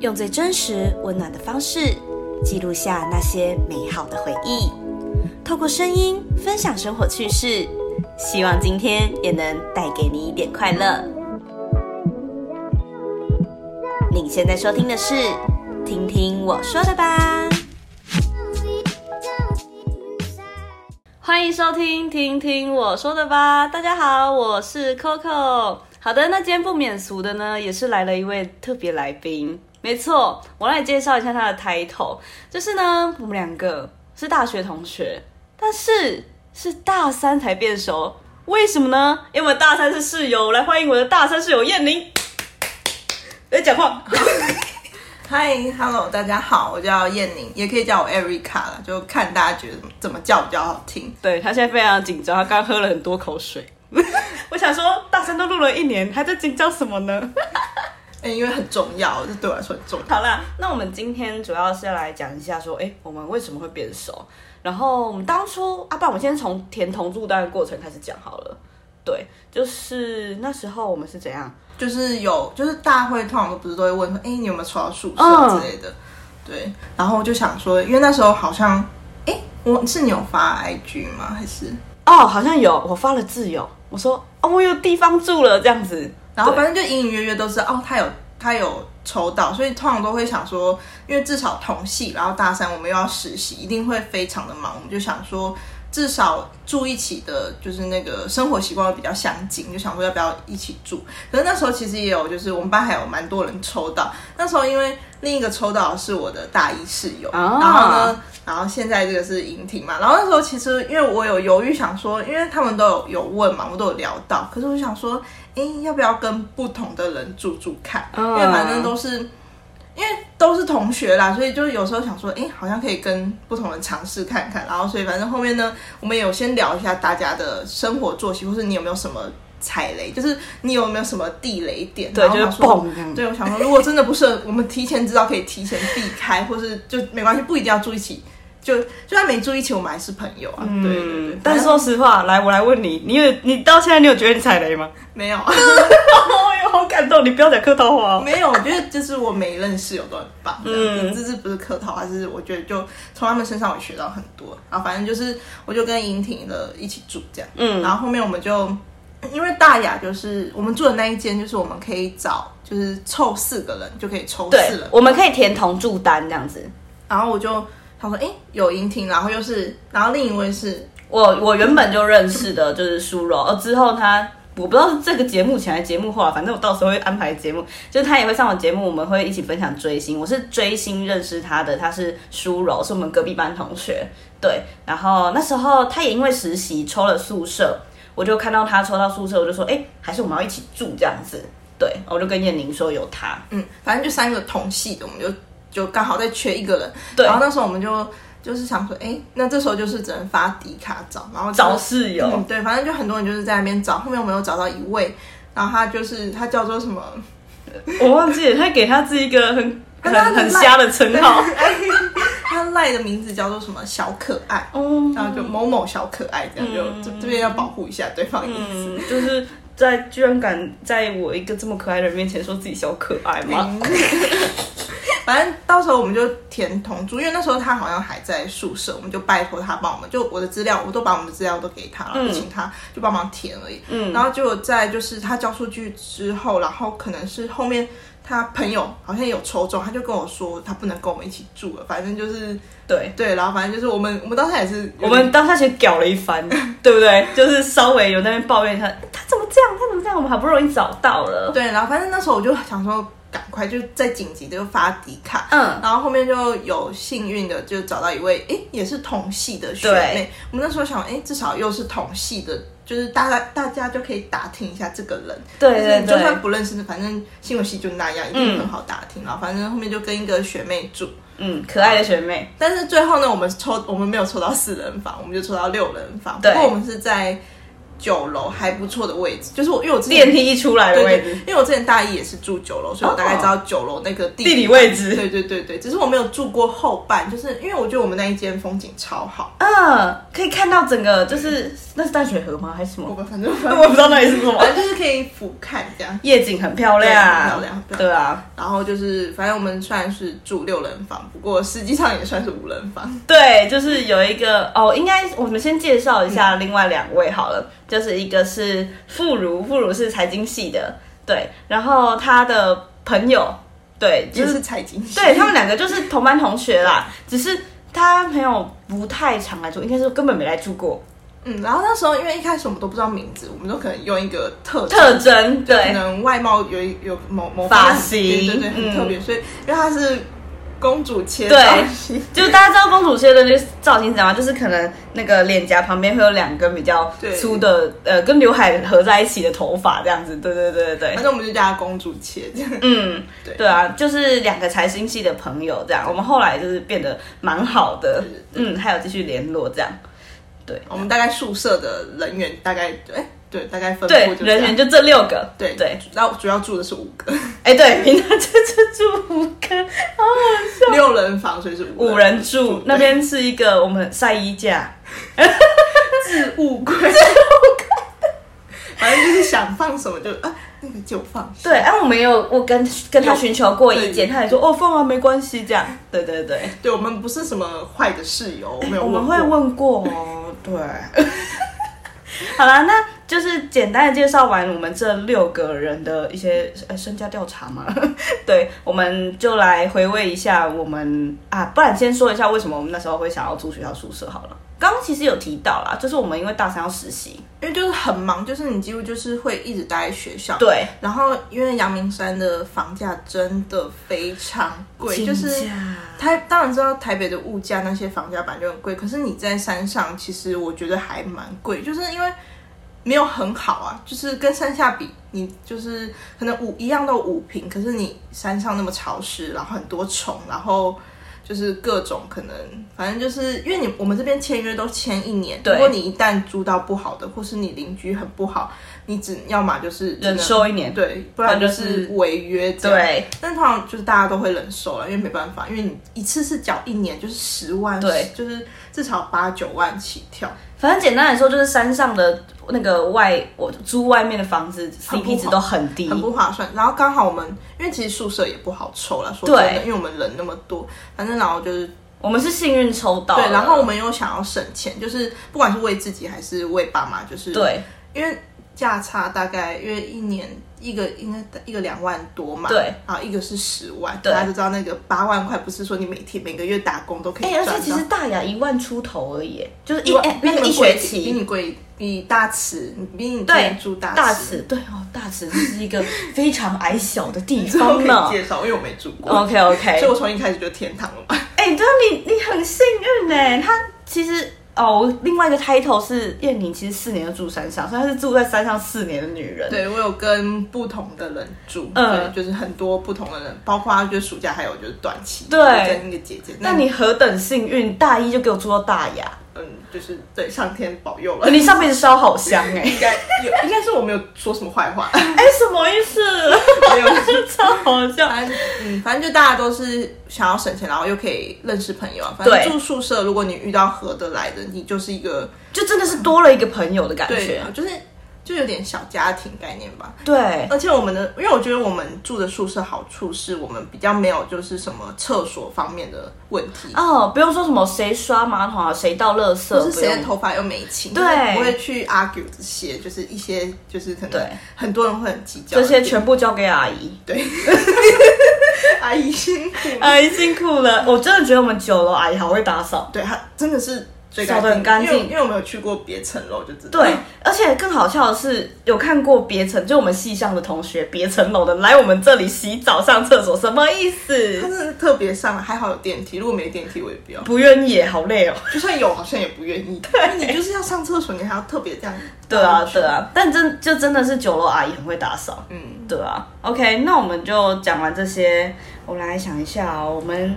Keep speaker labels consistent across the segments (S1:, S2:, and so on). S1: 用最真实、温暖的方式，记录下那些美好的回忆。透过声音分享生活趣事，希望今天也能带给你一点快乐。你现在收听的是《听听我说的吧》，欢迎收听《听听我说的吧》。大家好，我是 Coco。好的，那今天不免俗的呢，也是来了一位特别来宾。没错，我来介绍一下他的 title，就是呢，我们两个是大学同学，但是是大三才变熟，为什么呢？因为我大三是室友，来欢迎我的大三室友燕玲。哎，讲话，
S2: 嗨，Hello，大家好，我叫燕宁，也可以叫我 Erica 啦，就看大家觉得怎么叫比较好听。
S1: 对他现在非常紧张，他刚喝了很多口水。 我想说，大三都录了一年，还在紧张什么呢？
S2: 哎、因为很重要，这对我来说很重要。
S1: 好啦，那我们今天主要是要来讲一下说，哎、我们为什么会变熟？然后我们当初啊，不然我们先从填同住单的过程开始讲好了。对，就是那时候我们是怎样？
S2: 就是有，就是大会通常都不是都会问说，哎、你有没有抽到宿
S1: 嗯
S2: 舍之类的？对，然后我就想说，因为那时候好像，哎、我是你有发 IG 吗？还是？
S1: 哦，好像有，我发了自由，我说哦，我有地方住了这样子。
S2: 然后
S1: 对
S2: 反正就隐隐约约都知道，哦，他有他有抽到，所以通常都会想说，因为至少同系，然后大三我们又要实习，一定会非常的忙，我们就想说。至少住一起的，就是那个生活习惯会比较相近，就想说要不要一起住。可是那时候其实也有，就是我们班还有蛮多人抽到。那时候因为另一个抽到的是我的大一室友，
S1: 啊
S2: 然后呢，然后现在这个是莹婷嘛，然后那时候其实因为我有犹豫，想说，因为他们都有有问嘛，我都有聊到，可是我想说，诶，要不要跟不同的人住住看？
S1: 嗯
S2: 因为反正都是。因为都是同学啦，所以就是有时候想说，诶，好像可以跟不同人尝试看看。然后，所以反正后面呢，我们有先聊一下大家的生活作息，或是你有没有什么踩雷，就是你有没有什么地雷点？
S1: 对，
S2: 然后
S1: 就是
S2: 想说
S1: 蹦这样。
S2: 对，我想说，如果真的不适合，我们提前知道可以提前避开，或是就没关系，不一定要住一起。就就算没住一起，我们还是朋友啊。对对对
S1: 嗯，，但是说实话，来，我来问你，你有你到现在你有觉得你踩 雷吗？
S2: 没有
S1: 哦哟，好感动，你不要讲客套话哦。
S2: 没有，我觉得就是我每一任室友都很棒，
S1: 嗯
S2: 嗯，这是不是客套，还是我觉得就从他们身上我也学到很多。然后反正就是我就跟莹婷的一起住这样，
S1: 嗯
S2: 然后后面我们就因为大雅就是我们住的那一间，就是我们可以找就是凑四个人就可以抽四
S1: 对
S2: 人，，
S1: 我们可以填同住单这样子。
S2: 然后我就想说，哎、有莹婷，然后又是，然后另一位是，
S1: 我我原本就认识的就是苏柔，而之后他我不知道是这个节目前还是节目后啊，反正我到时候会安排节目，就是他也会上我节目，我们会一起分享追星。我是追星认识他的，他是苏柔，是我们隔壁班同学。对，然后那时候他也因为实习抽了宿舍，我就看到他抽到宿舍，我就说，哎、还是我们要一起住这样子。对，我就跟燕玲说有他，
S2: 嗯，反正就三个同系的，我们就就刚好再缺一个人，
S1: 对
S2: 然后那时候我们就就是想说，哎、那这时候就是只能发迪卡找，然后就
S1: 找室友。
S2: 嗯，对，反正就很多人就是在那边找，后面我们有找到一位，然后他就是他叫做什么，
S1: 我忘记了，他给他自己一个很很
S2: 他很
S1: 很瞎的称号。
S2: 他赖的名字叫做什么小可爱，
S1: 哦
S2: 然后就某某小可爱，这样就这这边要保护一下对方的意
S1: 嗯，
S2: 思。
S1: 就是在居然敢在我一个这么可爱的人面前说自己小可爱吗？
S2: 反正到时候我们就填同住，因为那时候他好像还在宿舍，我们就拜托他帮我们，就我的资料，我都把我们的资料都给他了，就请他就帮忙填而已。嗯，然后结果在就是他交出去之后，然后可能是后面他朋友好像有抽中，他就跟我说他不能跟我们一起住了，反正就是
S1: 对，
S2: 对，然后反正就是我们我们当时也是
S1: 我们当下其实屌了一番， 对不对？就是稍微有在那边抱怨一下，他怎么这样？他怎么这样？我们好不容易找到了，
S2: 对，然后反正那时候我就想说，赶快就再紧急的就发迪卡，
S1: 嗯
S2: 然后后面就有幸运的就找到一位，诶，也是同系的学妹
S1: 对。
S2: 我们那时候想，诶，至少又是同系的，就是大家大家就可以打听一下这个人，
S1: 对对
S2: 就是你就
S1: 对
S2: 算不认识，反正新闻系就那样，一定很好打听。然后反正后面就跟一个学妹住，
S1: 嗯，可爱的学妹，
S2: 但是最后呢，我们抽我们没有抽到四人房，我们就抽到六人房。不
S1: 对
S2: 过我们是在九楼还不错的位置，就是我因为我之前
S1: 电梯一出来的
S2: 对
S1: 位
S2: 对
S1: 置，，哦
S2: 因为我之前大一也是住九楼，所以我大概知道九楼那个地
S1: 地理位置
S2: 对对对对，只是我没有住过后半，就是因为我觉得我们那一间风景超好，
S1: 嗯，可以看到整个就是那是淡水河吗？还是什
S2: 我
S1: 么？
S2: 们反正
S1: 我也不知道那里是什么，
S2: 反正就是可以俯瞰这样。
S1: 夜景很漂亮，
S2: 对很漂亮很漂亮
S1: 对啊，
S2: 然后就是，反正我们虽然是住六人房，不过实际上也算是五人房。
S1: 对，就是有一个哦，应该我们先介绍一下另外两位好了，就是一个是傅如，傅如是财经系的，对，然后他的朋友，对，就
S2: 也
S1: 是
S2: 是财经系，
S1: 对他们两个就是同班同学啦，只是他朋友不太常来住，应该是根本没来住过，
S2: 嗯，然后那时候因为一开始我们都不知道名字，我们都可能用一个特征
S1: 特征
S2: 就可
S1: 对，
S2: 能外貌有一有某某
S1: 发
S2: 方面
S1: 型
S2: 对对对，很
S1: 嗯
S2: 特别，所以因为她是公主切
S1: 对
S2: 造型，
S1: 就是大家知道公主切的那个造型是怎样吗，就是可能那个脸颊旁边会有两根比较
S2: 对
S1: 粗的，呃，跟刘海合在一起的头发这样子，对对对对对
S2: 反。正我们就叫她公主切这样。
S1: 嗯，
S2: 对
S1: 对啊，就是两个财经系的朋友这样，我们后来就是变得蛮好的，嗯，还有继续联络这样，
S2: 我们大概宿舍的人员大概哎对，大概分
S1: 对
S2: 布，就
S1: 人员就这六个，
S2: 对
S1: 对，，
S2: 然后主要住的是五 个
S1: 哎对，平常就是住五个
S2: 六人房，所以是
S1: 五
S2: 人
S1: 人住，那边是一个我们晒衣架，
S2: 置物柜，反正就是想放什么就啊那个就放，
S1: 对，哎、我们也有我跟跟他寻求过意见，
S2: 对
S1: 他也说哦放啊没关系这样，对对对，
S2: 对我们不是什么坏的室友，我们
S1: 哎
S2: 有
S1: 我们
S2: 过
S1: 会问过哦，对。 好啦，那就是简单的介绍完我们这六个人的一些呃身家调查嘛， 对，我们就来回味一下我们啊，不然先说一下为什么我们那时候会想要住学校宿舍好了。刚刚其实有提到啦，就是我们因为大三要实习，
S2: 因为就是很忙，就是你几乎就是会一直待在学校，
S1: 对，
S2: 然后因为阳明山的房价真的非常贵，就是
S1: 竞价
S2: 台当然知道台北的物价那些房价本来就很贵，可是你在山上其实我觉得还蛮贵，就是因为没有很好啊，就是跟山下比，你就是可能五一样都五平，可是你山上那么潮湿，然后很多虫，然后。就是各种可能，反正就是因为你我们这边签约都签一年，
S1: 对
S2: 如果你一旦租到不好的，或是你邻居很不好，你只要么就是只能
S1: 忍受一年，
S2: 对，不然就
S1: 不然
S2: 是
S1: 就
S2: 违约这样。
S1: 对
S2: 但通常就是大家都会忍受了，因为没办法，因为你一次是缴一年就是十万，
S1: 对，
S2: 就是至少八九万起跳，
S1: 反正简单来说就是山上的那个外我租外面的房子
S2: 很不
S1: CP 值都很低，
S2: 很不划算。然后刚好我们因为其实宿舍也不好抽了，说真的，
S1: 对
S2: 因为我们人那么多，反正然后就是
S1: 我们是幸运抽到了，
S2: 对，然后我们又想要省钱，就是不管是为自己还是为爸妈，就是
S1: 对。
S2: 因为价差大概因为一年一个应该一个两万多嘛，
S1: 对，
S2: 然后一个是十万，
S1: 对
S2: 大家就知道那个八万块不是说你每天每个月打工都可以
S1: 哎、
S2: 赚
S1: 而
S2: 到。
S1: 且其实大雅一万出头而已耶，就是一
S2: 比
S1: 哎
S2: 比
S1: 那
S2: 你
S1: 个
S2: 们
S1: 一
S2: 贵
S1: 学
S2: 比
S1: 期
S2: 你贵，比大池，比你之
S1: 对
S2: 前住大
S1: 大
S2: 池
S1: 池对哦，大池是一个非常矮小的地
S2: 之 后
S1: 方
S2: 可
S1: 呢
S2: 以。介绍，因为我没住过，
S1: OK
S2: 所以
S1: OK，
S2: 我从一开始就天堂了嘛。
S1: 哎、对啊，你你很幸运呢。他其实哦，另外一个 title 是燕宁，其实四年就住山上，所以她是住在山上四年的女人。
S2: 对我有跟不同的人住，
S1: 嗯
S2: 对，就是很多不同的人，包括就是暑假还有就是短期，
S1: 对
S2: 我跟那个姐姐，
S1: 那你何等幸运，大一就给我住到大 雅，
S2: 嗯，就是对上天保佑了，
S1: 你上辈子烧好香哎、
S2: 应该有，应该是我没有说什么坏话，
S1: 哎、什么意思？
S2: 没有。
S1: 超好笑。
S2: 反正嗯，反正就大家都是想要省钱，然后又可以认识朋友啊。反正
S1: 对
S2: 住宿舍，如果你遇到合得来的，你就是一个
S1: 就真的是多了一个朋友的感
S2: 对
S1: 觉。，
S2: 就是就有点小家庭概念吧。
S1: 对，
S2: 而且我们的，因为我觉得我们住的宿舍好处是我们比较没有就是什么厕所方面的问题，
S1: 哦，不用说什么谁刷马桶啊，谁倒垃圾，
S2: 啊就是谁
S1: 不
S2: 的
S1: 用
S2: 头发又没清，
S1: 对
S2: 就是不会去 argue 这些，就是一些就是可能
S1: 对
S2: 很多人会很计较
S1: 这
S2: 的
S1: 些
S2: 点
S1: 全部交给阿姨。
S2: 对。 阿姨辛苦，
S1: 阿姨哎辛苦了，我真的觉得我们九楼阿姨好会打扫。
S2: 对她真的是最
S1: 扫得很干净
S2: 因为因为我们有去过别层楼就知道。
S1: 对，而且更好笑的是，有看过别层，就我们系上的同学，别层楼的来我们这里洗澡、上厕所，什么意
S2: 她
S1: 思？
S2: 真的特别上来，还好有电梯。如果没电梯，我也不要。
S1: 不愿意耶，好累哦。
S2: 就算有，好像也不愿意。对，你就是要上厕所，你还要特别这样。
S1: 对啊，对。啊，但真就真的是九楼阿姨很会打扫。
S2: 嗯，
S1: 对啊，OK，那我们就讲完这些，我来想一下、哦，我们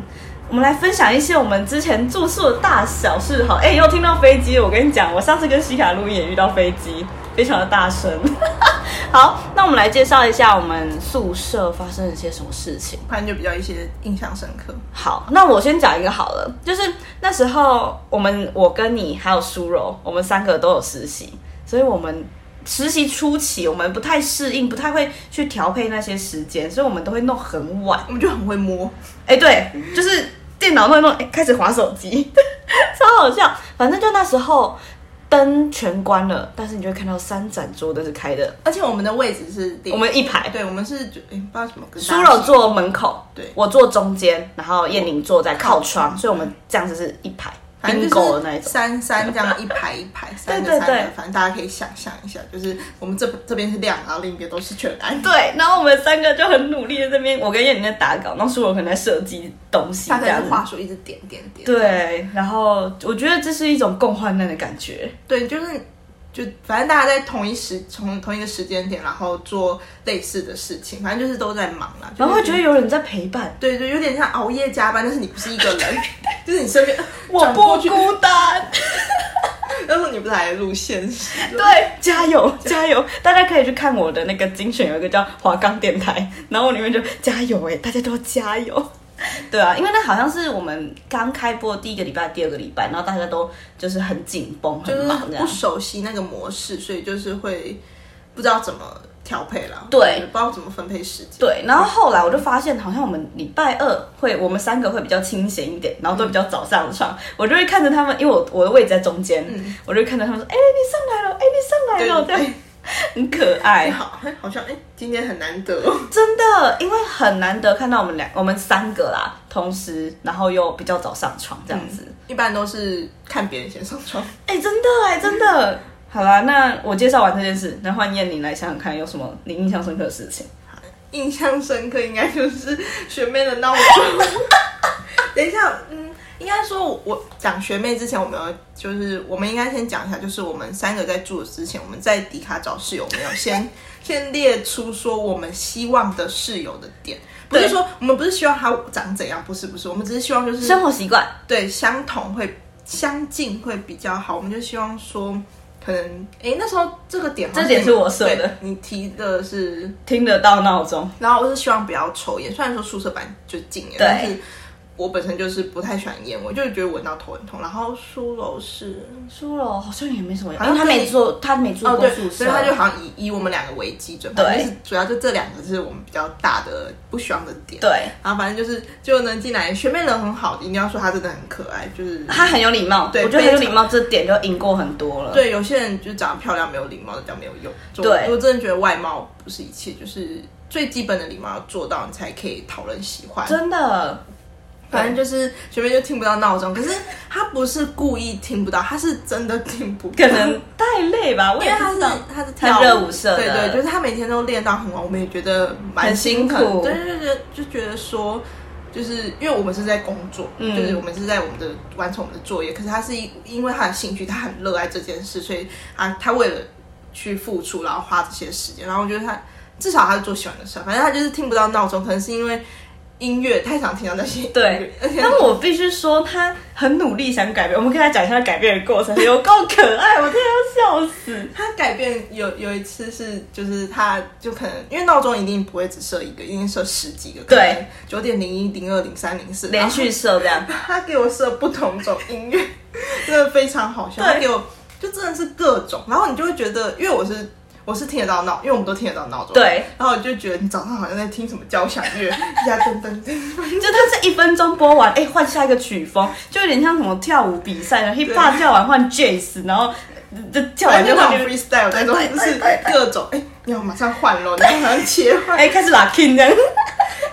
S1: 我们来分享一些我们之前住宿的大小事好。哎，又听到飞机了，我跟你讲，我上次跟西卡录音也遇到飞机，非常的大声。 好，那我们来介绍一下我们宿舍发生了一些什么事情。
S2: 反正就比较一些印象深刻。
S1: 好，那我先讲一个好了，就是那时候我们我跟你还有苏柔，我们三个都有实习，所以我们实习初期我们不太适应，不太会去调配那些时间，所以我们都会弄很晚。
S2: 我们就很会摸，
S1: 哎、对，就是电脑弄一弄，哎、开始划手机， 超好笑。反正就那时候灯全关了，但是你就会看到三盏桌灯是开的，
S2: 而且我们的位置是第
S1: 我们一排，
S2: 对，我们是就、诶不知道 怎么跟
S1: 苏
S2: 大家
S1: 柔
S2: 说
S1: 坐门口，
S2: 对
S1: 我坐中间，然后燕玲坐在靠窗，所以我们这样子是一排，
S2: 反正
S1: 冰
S2: 就
S1: 狗
S2: 是
S1: 的那一种。
S2: 三三这样一排一排，三 个
S1: 对对
S2: 三个
S1: 对，
S2: 反正大家可以想象一下，就是我们这这边是亮，然后另一边都是全暗，
S1: 对，然后我们三个就很努力在这边，我跟燕玲在打稿，然后苏柔可能在设计东西
S2: 大
S1: 这
S2: 概
S1: 样
S2: 是
S1: 子。
S2: 话术一直点点点，
S1: 对，然后我觉得这是一种共患难的感觉。
S2: 对，就是就反正大家在同一时从同一个时间点，然后做类似的事情，反正就是都在忙啦，
S1: 然后会
S2: 就
S1: 觉
S2: 是
S1: 得有人在陪伴，
S2: 对对，有点像熬夜加班，但是你不是一个 人，就是你身边
S1: 我
S2: 转
S1: 不
S2: 过去，
S1: 孤单。
S2: 但是你不是还录现实，
S1: 对，加 油加油！大家可以去看我的那个精选，有一个叫华冈电台，然后里面就加油哎、大家都要加油。对啊，因为那好像是我们刚开播第一个礼拜、第二个礼拜，然后大家都就是很紧绷、
S2: 就
S1: 很
S2: 是
S1: 忙这样
S2: 不。熟悉那个模式，所以就是会不知道怎么调配啦，
S1: 对
S2: 不知道怎么分配时间。
S1: 对，然后后来我就发现，好像我们礼拜二会，我们三个会比较清闲一点，然后都比较早上床，我就会看着他们，因为我我的位置在中间，
S2: 嗯
S1: 我就会看着他们说：“哎、你上来了，哎、你上来了。”这样
S2: 对，
S1: 很可爱
S2: 哎，。好，哎好像哎，今天很难得哦，
S1: 真的，因为很难得看到我们两我们三个啦，同时然后又比较早上床这样子。
S2: 一般都是看别人先上床。
S1: 嗯哎、真的哎、真的。 好啦，那我介绍完这件事，那换燕玲来想想看，有什么你印象深刻的事情？
S2: 印象深刻应该就是学妹的闹钟。 等一下，嗯，应该说我我讲学妹之前，我们有就是我们应该先讲一下，就是我们三个在住的之前，我们在迪卡找室友，没有 先先列出说我们希望的室友的点。不是
S1: 对
S2: 说我们不是希望他长怎样，不是不是，我们只是希望就是
S1: 生活习惯，
S2: 对相同会相近会比较好，我们就希望说可能诶，那时候这个点好像
S1: 这点是
S2: 你
S1: 我设的
S2: 对你提的是
S1: 听得到闹钟，
S2: 然后我是希望不要抽烟，虽然说宿舍版就禁烟，
S1: 对
S2: 但是我本身就是不太喜欢烟味，就是觉得闻到头很痛。然后苏柔是
S1: 输了好像也没什么，因
S2: 好像
S1: 为他
S2: 跟
S1: 没
S2: 你
S1: 住，他没住过
S2: 哦对
S1: 宿，舍，
S2: 所以他就好像以以我们两个为基准，
S1: 对
S2: 反正就是主要就这两个是我们比较大的不喜欢的点。
S1: 对
S2: 然后反正就是就能进来，学妹人很好，一定要说她真的很可爱， 就是。
S1: 他很有礼貌，
S2: 对
S1: 我觉得很有
S2: 非
S1: 礼
S2: 常
S1: 貌，这点就赢过很多了。
S2: 对，有些人就是长得漂亮没有礼貌，比较没有用。就
S1: 对
S2: 我真的觉得外貌不是一切，就是最基本的礼貌要做到，你才可以讨人喜欢。
S1: 真的，
S2: 反正就是学妹就听不到闹钟，可是她不是故意听不到，她是真的听不到。
S1: 可能太累吧，我
S2: 因
S1: 也
S2: 为
S1: 不
S2: 她
S1: 知
S2: 是
S1: 道。
S2: 她是跳
S1: 她热舞社的
S2: 对对，就是她每天都练到很晚，我们也觉得蛮辛
S1: 很辛苦
S2: 对对对，就觉得说。就是因为我们是在工作，
S1: 嗯
S2: 就是我们是在我们的完成我们的作业，可是她是因因为她的兴趣，她很热爱这件事，所以啊，她为了去付出，然后花这些时间，然后我觉得她至少她是做喜欢的事，反正她就是听不到闹钟，可能是因为音乐太常听到那些音乐
S1: 对
S2: 而且
S1: 但 我必须说，他很努力想改变。我们跟他讲一下改变的过程，有够可爱，我真的要笑死。
S2: 他改变有有一次是，就是他就可能因为闹钟一定不会只设一个，一定设十几个，
S1: 对，
S2: 九点零一、零二、零三、零四，
S1: 连续射这 样，
S2: 然后他给我设不同种音乐， 真的非常好笑，
S1: 对
S2: 他给我就真的是各种，然后你就会觉得，因为我是我是听得到闹，因为我们都听得到闹钟，
S1: 对，
S2: 然后我就觉得你早上好像在听什么交响 乐，一下噔噔噔，
S1: 就它是一分钟播完，哎、换下一个曲风，就有点像什么跳舞比赛，然后 hip hop 跳完换 jazz，然后就跳
S2: 反
S1: 完就
S2: 正就那
S1: 换
S2: 种 freestyle 那种，就是各种，哎、你要马上换咯，你要马上切换。
S1: 哎、开始 locking 这样。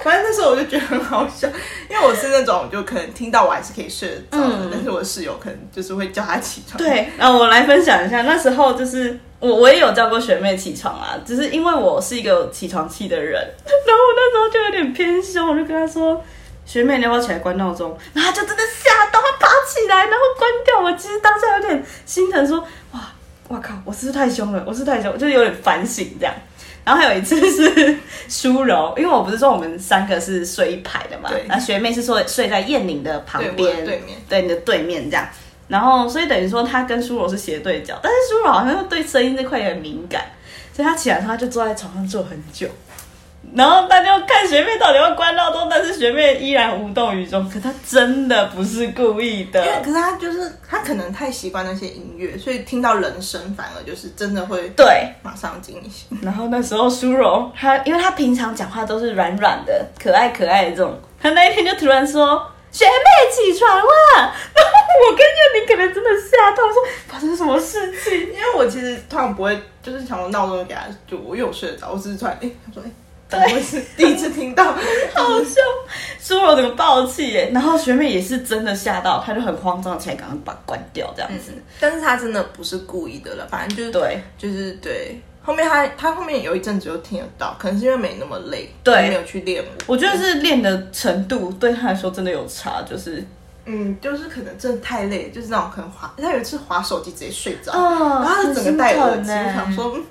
S2: 反正那时候我就觉得很好笑，因为我是那种就可能听到我还是可以睡得着的，
S1: 嗯
S2: 但是我的室友可能就是会叫他起床。，
S1: 对，然后我来分享一下，那时候就是我我也有叫过学妹起床啊，只是因为我是一个有起床气的人， 然后我那时候就有点偏凶，我就跟她说。学妹，你要不要起来关闹钟？然后她就真的吓到，她爬起来，然后关掉。我其实当下有点心疼，说：“哇，哇靠，我是不是太凶了？我是不是太凶，就是有点反省这样。”然后还有一次是 舒柔，因为我不是说我们三个是睡一排的嘛
S2: 对，
S1: 然后学妹是睡睡在燕玲的旁
S2: 对我的
S1: 边，
S2: 对面
S1: 对你的对面这样。然后所以等于说他跟苏柔是斜对角，但是苏柔好像对声音这块也很敏感，所以他起来他就坐在床上坐很久。然后大家看学妹到底要关闹钟，但是学妹依然无动于衷。可她真的不是故意的，
S2: 因为可是他就是他可能太习惯那些音乐，所以听到人声反而就是真的会
S1: 对，
S2: 马上惊醒。
S1: 然后那时候苏柔，她因为她平常讲话都是软软的、可爱可爱的这种，她那一天就突然说：“学妹起床啦！”然后我跟燕玲可能真的吓到，说发生什么事情？
S2: 因为我其实通常不会，就是想我闹钟给他就我因为我睡得着，我只是突然哎，他说哎。我也是第一次听到，
S1: 好笑，苏柔整个爆气耶。然后学妹也是真的吓到，她就很慌张起来，赶快把它关掉这样子。
S2: 但是他真的不是故意的了，反正就是
S1: 对，
S2: 就是对。后面他他后面有一阵子就听得到，可能是因为没那么累，
S1: 对
S2: 没有去练舞。
S1: 我觉得是练的程度对她来说真的有差，就是
S2: 嗯，就是可能真的太累，就是那种可能滑，他有一次滑手机直接睡着，
S1: 哦
S2: 然后他整个戴耳机，
S1: 很心疼
S2: 我
S1: 欸
S2: 想说，嗯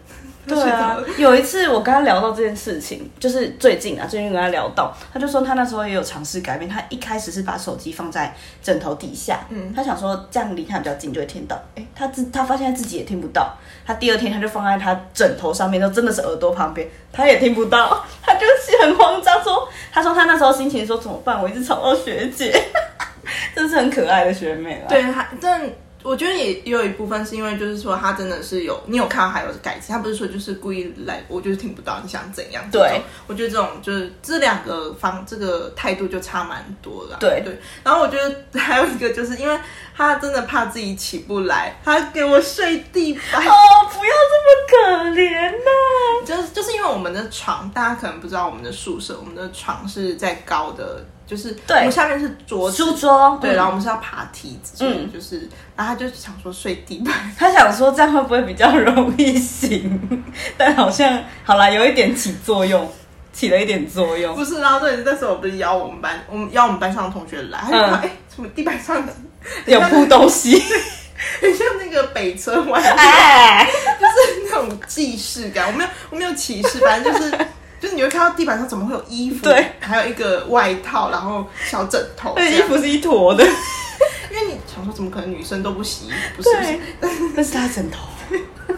S1: 对 啊，有一次我跟他聊到这件事情，就是最近啊，最近跟他聊到，他就说他那时候也有尝试改变，他一开始是把手机放在枕头底下，嗯，他想说这样离他比较近就会听到，哎、他自他发现他自己也听不到，他第二天他就放在他枕头上面，就真的是耳朵旁边，他也听不 到，他就是很慌张说，他说他那时候心情说怎么办，我一直吵到学姐， 真是很可爱的学妹啦，哦
S2: 对，他但我觉得也也有一部分是因为，就是说他真的是有，你有看到他有改进，他不是说就是故意来，我就是听不到你想怎样。
S1: 对
S2: 这种，我觉得这种就是这两个方这个态度就差蛮多了。
S1: 对
S2: 对，然后我觉得还有一个就是因为他真的怕自己起不来，他给我睡地板。
S1: 哦，不要这么可怜呐、
S2: 就是就是因为我们的床，大家可能不知道我们的宿舍，我们的床是在高的，就是
S1: 对
S2: 我们下面是桌子，
S1: 书嗯桌
S2: 对，然
S1: 后。
S2: 后我们是要爬梯子，所以就是，然后他就想说睡地板，
S1: 他想说这样会不会比较容易醒？ 但好像好啦，有一点起作用，起了一点作用。
S2: 不是，然后重点是那时候我不是邀我们班，我们邀我们班上的同学来，他就
S1: 嗯
S2: 说：“哎、怎么地板上
S1: 有铺东 西，
S2: 很像那个北车湾，
S1: 哎，
S2: 就是那种既视感？我没有，我没有歧视，反正就是。”就是你会看到地板上怎么会有衣服，
S1: 对，
S2: 还有一个外套，然后小枕头这
S1: 那
S2: 样，
S1: 衣服是一坨的，
S2: 因为你想说怎么可能女生都不洗衣服，不是不是
S1: 对，，那是他的枕头。
S2: 因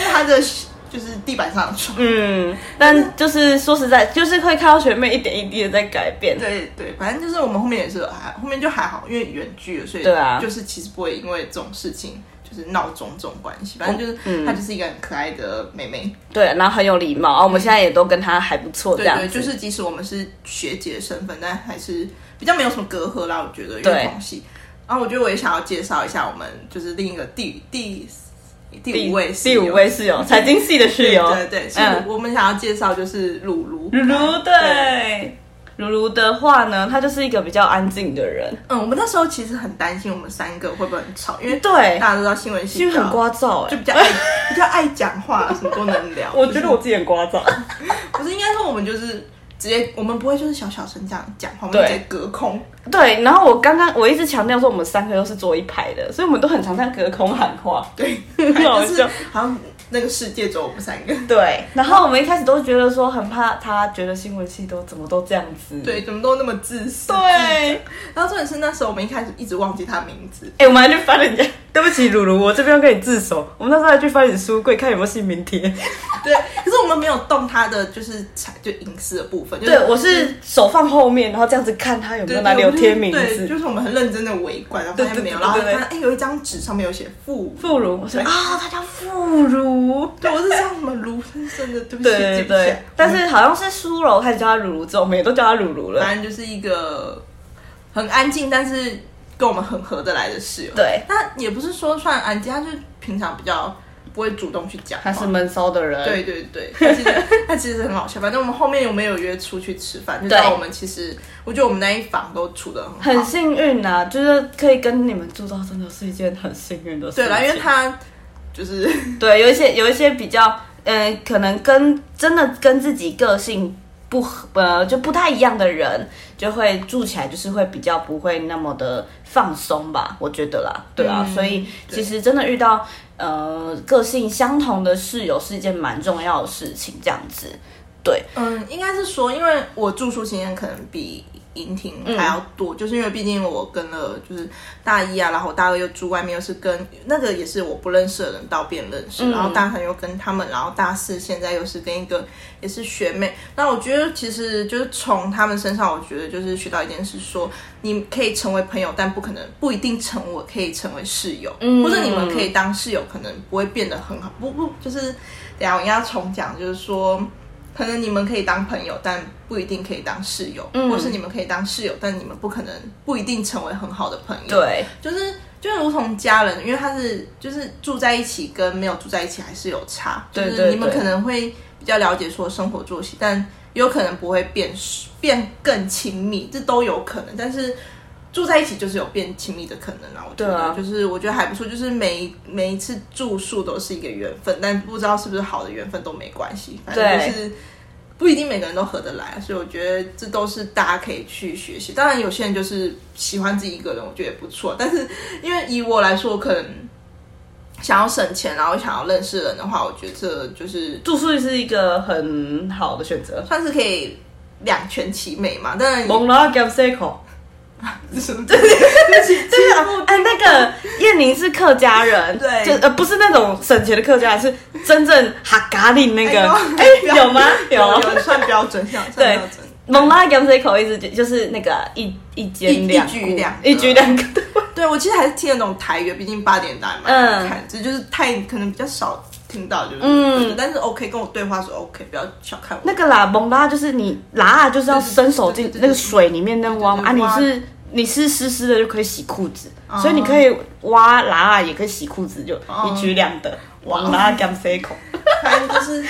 S2: 为她的就是地板上的床，
S1: 嗯，但就是说实在，就是会看到学妹一点一滴的在改变。
S2: 对对，反正就是我们后面也是还后面就还好，因为远距了，所以
S1: 对啊
S2: 就是其实不会因为这种事情就是闹钟这种关系，反正就是、
S1: 嗯
S2: 她就是一个很可爱的妹妹，
S1: 对，然后很有礼貌啊，我们现在也都跟她还不错，这
S2: 对
S1: 样
S2: 对，
S1: 子
S2: 就是即使我们是学姐的身份，但还是比较没有什么隔阂啦，我觉得因
S1: 对
S2: 为同系。然后我觉得我也想要介绍一下我们就是另一个第第第
S1: 第
S2: 五位室
S1: 第
S2: 友
S1: 五位室友，财经系的室友，
S2: 对对，是、我们想要介绍就是露露，
S1: 嗯，如如对。如如的话呢，她就是一个比较安静的人，
S2: 嗯，我们那时候其实很担心我们三个会不会很吵，因为
S1: 对，
S2: 大家都知道新闻系
S1: 就
S2: 比较
S1: 很聒噪哎、
S2: 就比较爱 比较爱讲话，什么都能聊。
S1: 我觉得我自己很聒噪，
S2: 就是不是应该说我们就是直接，我们不会就是小小声这样讲话，我们
S1: 对
S2: 直接隔空。
S1: 对。然后我刚刚我一直强调说我们三个都是坐一排的，所以我们都很常在隔空喊话。
S2: 对，
S1: 好
S2: 就是
S1: 笑
S2: 好像那个世界只有我们三个。
S1: 对，然后我们一开始都觉得说很怕他觉得新闻系都怎么都这样子。
S2: 对，怎么都那么自私。
S1: 嗯对，哎、
S2: 然后重点是那时候我们一开始一直忘记他名字，
S1: 我们还去翻人家，对不起，鲁鲁，我这边要跟你自首。我们那时候还去翻你书柜看有没有姓名贴。
S2: 对，可是我们没有动他的就是财就隐私的部分。就是
S1: 对，我是手放后面，然后这样子看他有没
S2: 对
S1: 有哪里有贴名
S2: 对，
S1: 字。
S2: 就是我们很认真的围观，然后发现没有，然后
S1: 对对对对对
S2: 看哎有一张纸上面有写父母，
S1: 妇孺，我说啊，他叫妇孺。
S2: 对我是叫什么卢先生的，对不起，
S1: 对对
S2: 记不起
S1: 对
S2: 来，
S1: 但是好像是苏柔开始叫他乳乳之后，我们也都叫他乳乳了。
S2: 反正就是一个很安静，但是跟我们很合得来的室友。，
S1: 对，
S2: 那也不是说算安静，他就是平常比较不会主动去讲话。
S1: 他是闷骚的人。
S2: 对对对，他其实 他其实很好笑。反正我们后面有没有约出去吃饭，就知道
S1: 对
S2: 我们其实，我觉得我们那一房都处得很
S1: 很
S2: 好。
S1: 幸运呐、就是可以跟你们住到，真的是一件很幸运的事情。
S2: 对啦，因为他就是
S1: 对有一些有一些比较，呃，可能跟真的跟自己个性不合呃就不太一样的人，就会住起来就是会比较不会那么的放松吧，我觉得啦，对啊，
S2: 嗯
S1: 所以
S2: 对
S1: 其实真的遇到呃个性相同的室友是一件蛮重要的事情，这样子。
S2: 嗯，应该是说，因为我住宿经验可能比营庭还要多，就是因为毕竟我跟了就是大一啊，然后大二又住外面，又是跟那个也是我不认识的人到变认识，然后大三又跟他们，然后大四现在又是跟一个也是学妹。那我觉得其实就是从他们身上，我觉得就是学到一件事说你可以成为朋友，但不可能不一定成我可以成为室友，或者你们可以当室友，可能不会变得很好，不不就是。等一下我应该要重讲，就是说，可能你们可以当朋友，但不一定可以当室友，或是你们可以当室友，但你们不可能不一定成为很好的朋友。，
S1: 对，
S2: 就是就如同家人，因为他是就是住在一起跟没有住在一起还是有差，就
S1: 对对
S2: 是你们
S1: 对
S2: 可能会比较了解说生活作息，但也有可能不会变变更亲密，这都有可能，但是。住在一起就是有变亲密的可能啊，我觉
S1: 对
S2: 得、
S1: 啊
S2: 就是我觉得还不错，就是每一每一次住宿都是一个缘分，但不知道是不是好的缘分都没关系，反正
S1: 对
S2: 就是不一定每个人都合得来，啊所以我觉得这都是大家可以去学习。当然，有些人就是喜欢自己一个人，我觉得也不错。但是 因为以我来说，我可能想要省钱，然后想要认识人的话，我觉得这就是
S1: 住宿是一个很好的选择。
S2: 算是可以两全其美嘛。但是
S1: 蒙拉 g a m s e c o
S2: 对
S1: 对啊，哎，那个燕宁是客家人，
S2: 对
S1: 就呃不是那种省钱的客家人，是真正哈嘎令那个， 哎、有吗？
S2: 有
S1: 有。
S2: 有算标准，像算
S1: 对
S2: 标准。
S1: 蒙拉 g a m s e c o 意思就就是那个一一间
S2: 一
S1: 两
S2: 一
S1: 顾
S2: 举两得
S1: 一举两个，
S2: 对，我其实还是听得懂台语，毕竟八点档嘛，
S1: 嗯
S2: 看，这就是太可能比较少听到，就是，
S1: 嗯
S2: 但是 OK，跟我对话是 OK，不要小看我。
S1: 那个啦，蒙拉就是你拉就是要伸手进
S2: 对对对对
S1: 那个水里面那样挖嘛啊，
S2: 对对
S1: 你
S2: 对
S1: 是你是湿湿的就可以洗裤子，
S2: 哦
S1: 所以你可以挖拉也可以洗裤子，就一举两得。
S2: 哦
S1: 蒙拉 g a m s e c o
S2: 反正就是，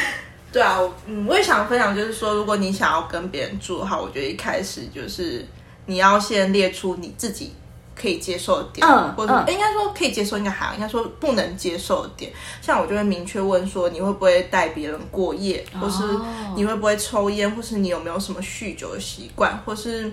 S2: 对啊，我嗯，我也想分享，就是说，如果你想要跟别人住的话，我觉得一开始就是你要先列出你自己可以接受的点，
S1: 嗯
S2: 或者、
S1: 嗯
S2: 诶应该说可以接受，应该还好，应该说不能接受的点。像我就会明确问说，你会不会带别人过夜，或是
S1: 哦
S2: 你会不会抽烟，或是你有没有什么酗酒的习惯，或是。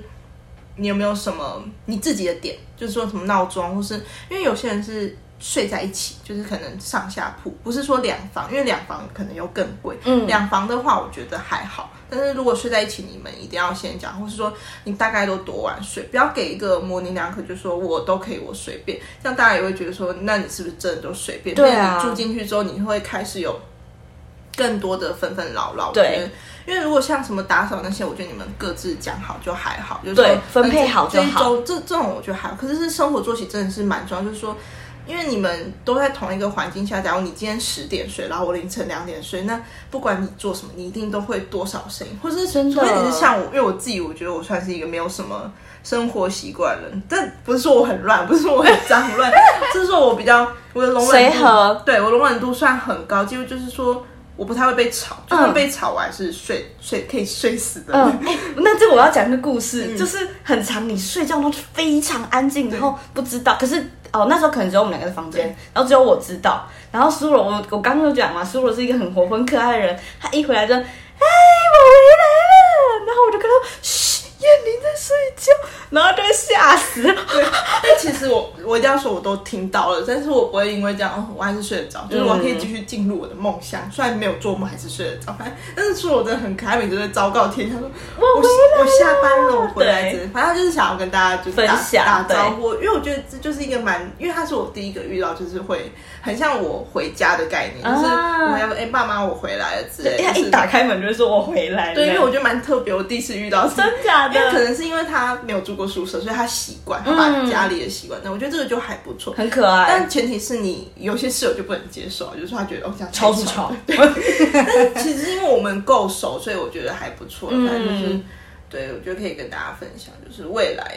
S2: 你有没有什么你自己的点？就是说什么闹钟，或是因为有些人是睡在一起，就是可能上下铺，不是说两房，因为两房可能又更贵。嗯，两房的话，我觉得还好。但是如果睡在一起，你们一定要先讲，或是说你大概都多晚睡，不要给一个模棱两可，就说我都可以，我随便，这样大家也会觉得说，那你是不是真的都随便？
S1: 对啊
S2: 因为你住进去之后，你会开始有更多的纷纷扰扰。我
S1: 对
S2: 觉得因为如果像什么打扫那些，我觉得你们各自讲好就还好，就是
S1: 对
S2: 说呃
S1: 分配好就
S2: 这一
S1: 好
S2: 周这这种我觉得还好，可是是生活作息真的是蛮重要，就是说。因为你们都在同一个环境下，假如你今天十点睡，然后我凌晨两点睡，那不管你做什么，你一定都会多少声音，或是
S1: 真的
S2: 除非你是像我，因为我自己，我觉得我算是一个没有什么生活习惯的人，但不是说我很乱，不是说我很脏乱，就是说我比较我的容忍
S1: 随
S2: 度
S1: 和
S2: 对我容忍度算很高，几乎就是说我不太会被吵，就算被吵我还是睡睡可以睡死的。
S1: 嗯，哎、那这个我要讲一个故事，
S2: 嗯
S1: 就是很长，你睡觉都非常安静，然后不知道，可是哦，那时候可能只有我们两个在房间，然后只有我知道，然后苏柔，我我刚刚就讲嘛，苏柔是一个很活泼、很可爱的人，她一回来就，哎，我回来了，然后我就看到，嘘，燕玲在睡觉，然后就会吓死，
S2: 对，但其实我我一定要说，我都听到了，但是我不会因为这样，哦，我还是睡得
S1: 嗯
S2: 着，就是我可以继续进入我的梦乡。虽然没有做梦，还是睡得着。反正，但是说我真的很可爱，每次都昭告天下说，我
S1: 回来
S2: 我下班了，我回来
S1: 对
S2: 之类。反正就是想要跟大家就是打
S1: 分享
S2: 打
S1: 对
S2: 招呼，因为我觉得这就是一个蛮，因为他是我第一个遇到，就是会很像我回家的概念，就是
S1: 啊
S2: 我还要说，哎、爸妈，我回来了之类
S1: 因为
S2: 的。
S1: 她
S2: 就
S1: 一
S2: 是
S1: 打开门就会说我回来了，
S2: 对，因为我觉得蛮特别，我第一次遇到这种
S1: 真假
S2: 因为可
S1: 的，
S2: 能是因为他没有住过宿舍，所以他习惯，他把家里的
S1: 嗯
S2: 习惯，那、我觉得这个就还不错。
S1: 很可爱，
S2: 但前提是你有些室友就不能接受，就是他觉得哦这样太
S1: 超不吵
S2: 了。 其实因为我们够熟，所以我觉得还不错。
S1: 嗯
S2: 反正就是，对我觉得可以跟大家分享，就是未来，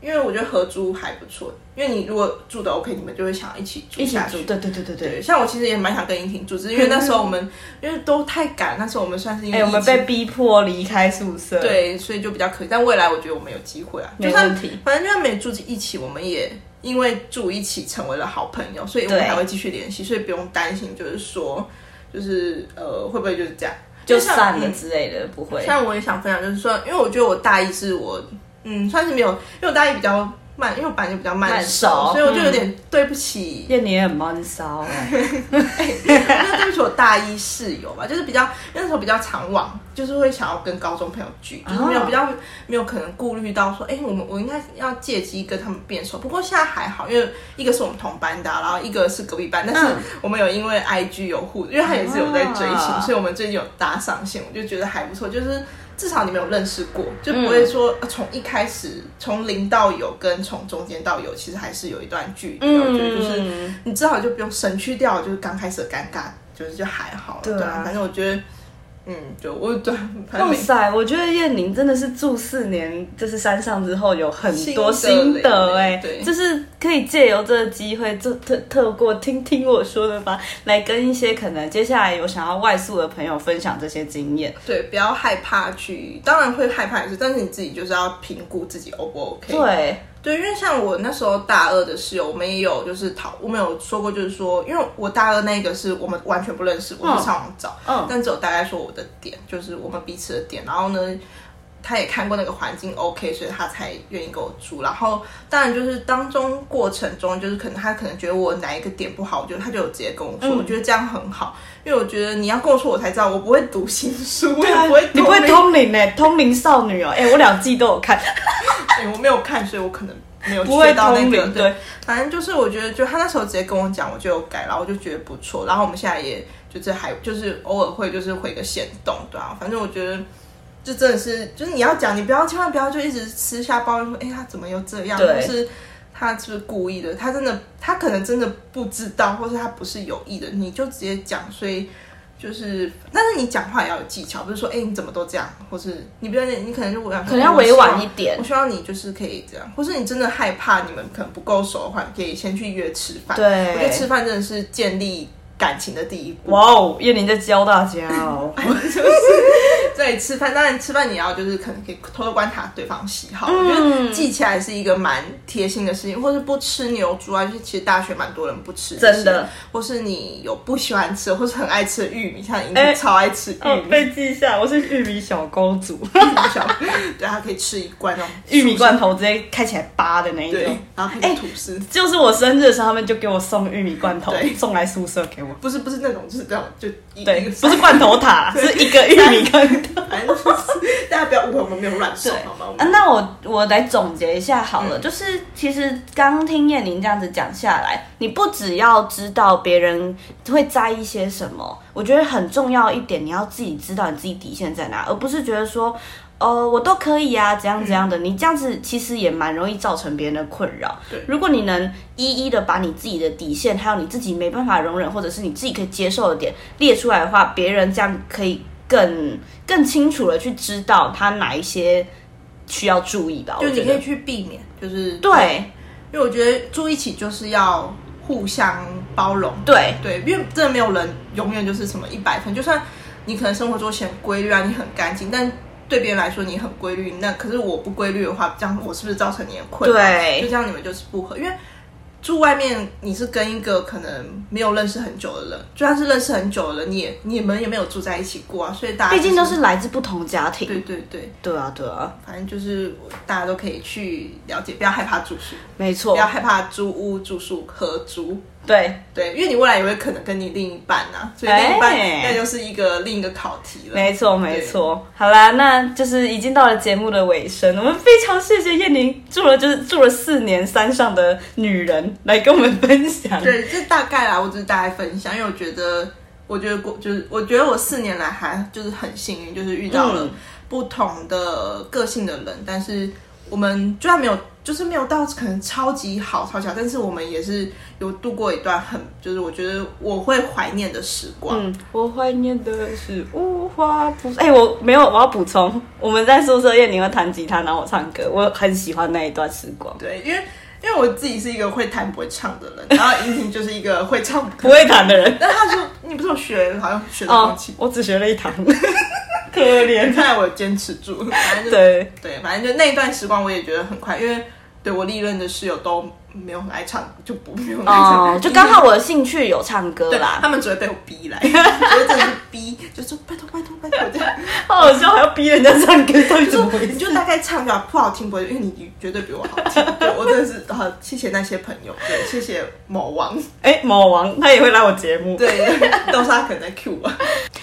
S2: 因为我觉得合租还不错，因为你如果住的 OK，你们就会想要一起住
S1: 一起
S2: 下去
S1: 住，。对对对对对
S2: 对，。像我其实也蛮想跟英婷住，只是因为那时候 我们因为都太赶，那时候我们算是因为
S1: 哎、我们
S2: 疫情
S1: 被逼迫离开宿舍。，
S2: 对，所以就比较可惜。但未来我觉得我们有机会啊，
S1: 没
S2: 就算
S1: 问题
S2: 反正就算没住一起，我们也因为住一起成为了好朋友，所以我们
S1: 对
S2: 还会继续联系，所以不用担心，就是说，就是呃，会不会就是这样
S1: 就
S2: 像
S1: 散了
S2: 嗯
S1: 之类的，不会。
S2: 像我也想分享，就是说，因为我觉得我大一是我，嗯，算是没有，因为我大一比较慢，因为我本来就比较慢
S1: 慢
S2: 熟，
S1: 熟
S2: 所以我就有
S1: 嗯
S2: 点对不起
S1: 燕你也很闷骚哎，
S2: 因为对不起，我大一室友吧，就是比较因为那时候比较常往就是会想要跟高中朋友聚，就是没有
S1: 啊
S2: 比较没有可能顾虑到说，哎、我们我应该要借机跟他们变熟。不过现在还好，因为一个是我们同班的啊、然后一个是隔壁班，但是
S1: 嗯
S2: 我们有因为 IG 有互，因为他也是有在追星，
S1: 啊
S2: 所以我们最近有搭上线，我就觉得还不错，就是。至少你们有认识过，就不
S1: 嗯
S2: 会说呃从、一开始从零到有，跟从中间到有，其实还是有一段距离。我觉得就是
S1: 嗯，
S2: 你至少就不用省去掉，就是刚开始的尴尬，就是就还好了。
S1: 对啊
S2: 反正我觉得，嗯，就我对，反正
S1: 哇
S2: 每
S1: 塞，我觉得燕宁真的是住四年，就是山上之后有很多
S2: 心得
S1: 心得哎、
S2: 对
S1: 就是可以借由这个机会，就特透过听听我说的吧，来跟一些可能接下来有想要外宿的朋友分享这些经验。
S2: 对，不要害怕去，当然会害怕也是，但是你自己就是要评估自己 O 不 OK。
S1: 对，
S2: 对，因为像我那时候大二的室友，我们也有就是讨，我们有说过，就是说，因为我大二那个是我们完全不认识，我
S1: 嗯
S2: 是上网找，
S1: 嗯
S2: 但只有大概说我的点，就是我们彼此的点，然后呢。他也看过那个环境 OK，所以他才愿意跟我住。然后当然就是当中过程中，就是可能他可能觉得我哪一个点不好，我觉得他就有直接跟我说，
S1: 嗯
S2: 我觉得这样很好，因为我觉得你要跟我说，我才知道我不会读心术，我也
S1: 啊
S2: 不会
S1: 你不会
S2: 那
S1: 通灵哎、通灵少女哦、哎、我两季都有看，
S2: 欸我没有看，所以我可能没有
S1: 不会
S2: 学到那
S1: 通
S2: 个。
S1: 灵对
S2: 对，反正就是我觉得，就他那时候直接跟我讲，我就有改，然后我就觉得不错。然后我们现在也就是还就是偶尔会就是回个线动，对啊。反正我觉得。就真的是，就是你要讲，你不要千万不要就一直私下抱怨说，哎、他怎么又这样，
S1: 对
S2: 或是他是不是故意的？他真的，他可能真的不知道，或是他不是有意的，你就直接讲。所以就是，但是你讲话也要有技巧，不是说，哎、你怎么都这样，或是你不要，你可能就我想说，
S1: 可能要
S2: 我希
S1: 委
S2: 望
S1: 婉一点
S2: 我。希望你就是可以这样，或是你真的害怕你们可能不够熟的话，你可以先去约吃饭。
S1: 对
S2: 我觉得吃饭真的是建立感情的 第一步。
S1: 哇哦，燕宁在教大家哦。
S2: 对，吃饭当然吃饭你要就是可能可以偷偷观察对方喜好，我觉
S1: 嗯
S2: 得记起来是一个蛮贴心的事情，或是不吃牛猪啊，就是其实大学蛮多人不吃，
S1: 真的，
S2: 或是你有不喜欢吃或是很爱吃的玉米，像莹
S1: 哎
S2: 莹超爱吃玉
S1: 哦，
S2: 米，
S1: 被记下，我是玉米小公 主，
S2: 玉米小，对，她可以吃一罐那种
S1: 玉米，罐哎头直接开起来扒的那一
S2: 对
S1: 种。，
S2: 然后配吐司。
S1: 就是我生日的时候，他们就给我送玉米罐头，
S2: 对
S1: 送来宿舍给我。
S2: 不是不是那种，就是那种就一
S1: 对，
S2: 一个
S1: 不是罐头塔，是一个玉米罐头。
S2: 反正就是大家不要误会，我们没有乱说，好吗？我
S1: 啊
S2: 们嗯
S1: 那我我来总结一下好了，就是其实刚听燕玲这样子讲下来，你不只要知道别人会在意些什么，我觉得很重要一点，你要自己知道你自己底线在哪，而不是觉得说。呃，我都可以啊，怎样怎样的，你这样子其实也蛮容易造成别人的困扰。
S2: 嗯对
S1: 如果你能一一的把你自己的底线，还有你自己没办法容忍，或者是你自己可以接受的点列出来的话，别人这样可以更更清楚的去知道他哪一些需要注意吧。
S2: 就
S1: 我
S2: 你
S1: 觉
S2: 可以
S1: 得
S2: 去避免，就是，
S1: 对
S2: 因为我觉得住一起就是要互相包容，
S1: 对
S2: 对，因为真的没有人永远就是什么一百分，就算你可能生活作息很规律啊，你很干净，但对别人来说你很规律，那可是我不规律的话，这样我是不是造成你的困扰？
S1: 对
S2: 就这样你们就是不合，因为。住外面，你是跟一个可能没有认识很久的人，就算是认识很久的人，你也你们也没有住在一起过啊，所以大家
S1: 毕竟
S2: 就
S1: 都是来自不同家庭。
S2: 对对对，
S1: 对啊，对啊，
S2: 反正就是大家都可以去了解，不要害怕住宿，
S1: 没
S2: 不
S1: 错
S2: 要，害怕租屋、住宿、合租。
S1: 对，
S2: 对，因为你未来也会可能跟你另一半啊，所以另一半
S1: 哎
S2: 那就是一个另一个考题了。
S1: 没错，没错。好啦，那就是已经到了节目的尾声，我们非常谢谢燕宁住了就是住了四年山上的女人来跟我们分享。
S2: 对，这大概啊啦，我只是大概分享，因为我觉得，我觉得过就是，我觉得我四年来还就是很幸运，就是遇到了
S1: 嗯
S2: 不同的个性的人，但是我们虽然没有，就是没有到可能超级好、超级好，但是我们也是有度过一段很，就是我觉得我会怀念的时光。
S1: 嗯，我怀念的是无话不说。哎、我没有，我要补充，我们在宿舍夜你会弹吉他，然后我唱歌，我很喜欢那一段时光。
S2: 对，因为因为我自己是一个会弹不会唱的人，然后莹婷就是一个会唱不
S1: 不。会弹的人
S2: 但他说你不是有学，好像学 的
S1: 哦
S2: 钢琴，，
S1: 我只学了一堂， 可怜。
S2: 看来我有坚持住。反正就
S1: 对，
S2: 对，反正就那一段时光我也觉得很快，因为对我历任的室友都没有很爱唱，就不没有很爱唱，
S1: 哦，就刚嗯好我的兴趣有唱歌
S2: 对
S1: 啦，
S2: 他们只会被我逼来， 只会真的是逼，就说拜托拜托拜托这样，
S1: 好好笑，还要逼人家唱歌，到底
S2: 就
S1: 怎么
S2: 说
S1: 回
S2: 你
S1: 事？
S2: 就大概唱就好，不好听不会，因为你绝对比我好听。 对我真的是好，谢谢那些朋友，对，谢谢某王，
S1: 哎、某王他也会来我节目。
S2: 对，都是他可能在 cue 我。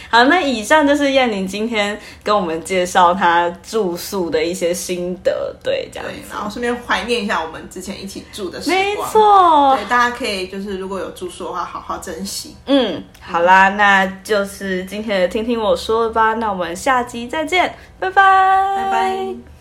S1: 好，那以上就是燕玲今天跟我们介绍她住宿的一些心得，对，这样
S2: 对，
S1: 子
S2: 然。后顺便怀念一下我们之前一起住的时光。
S1: 没，错，
S2: 对，大家可以就是如果有住宿的话，好好珍惜。
S1: 嗯，好啦，那就是今天的听听我说吧，那我们下集再见，拜拜，
S2: 拜拜。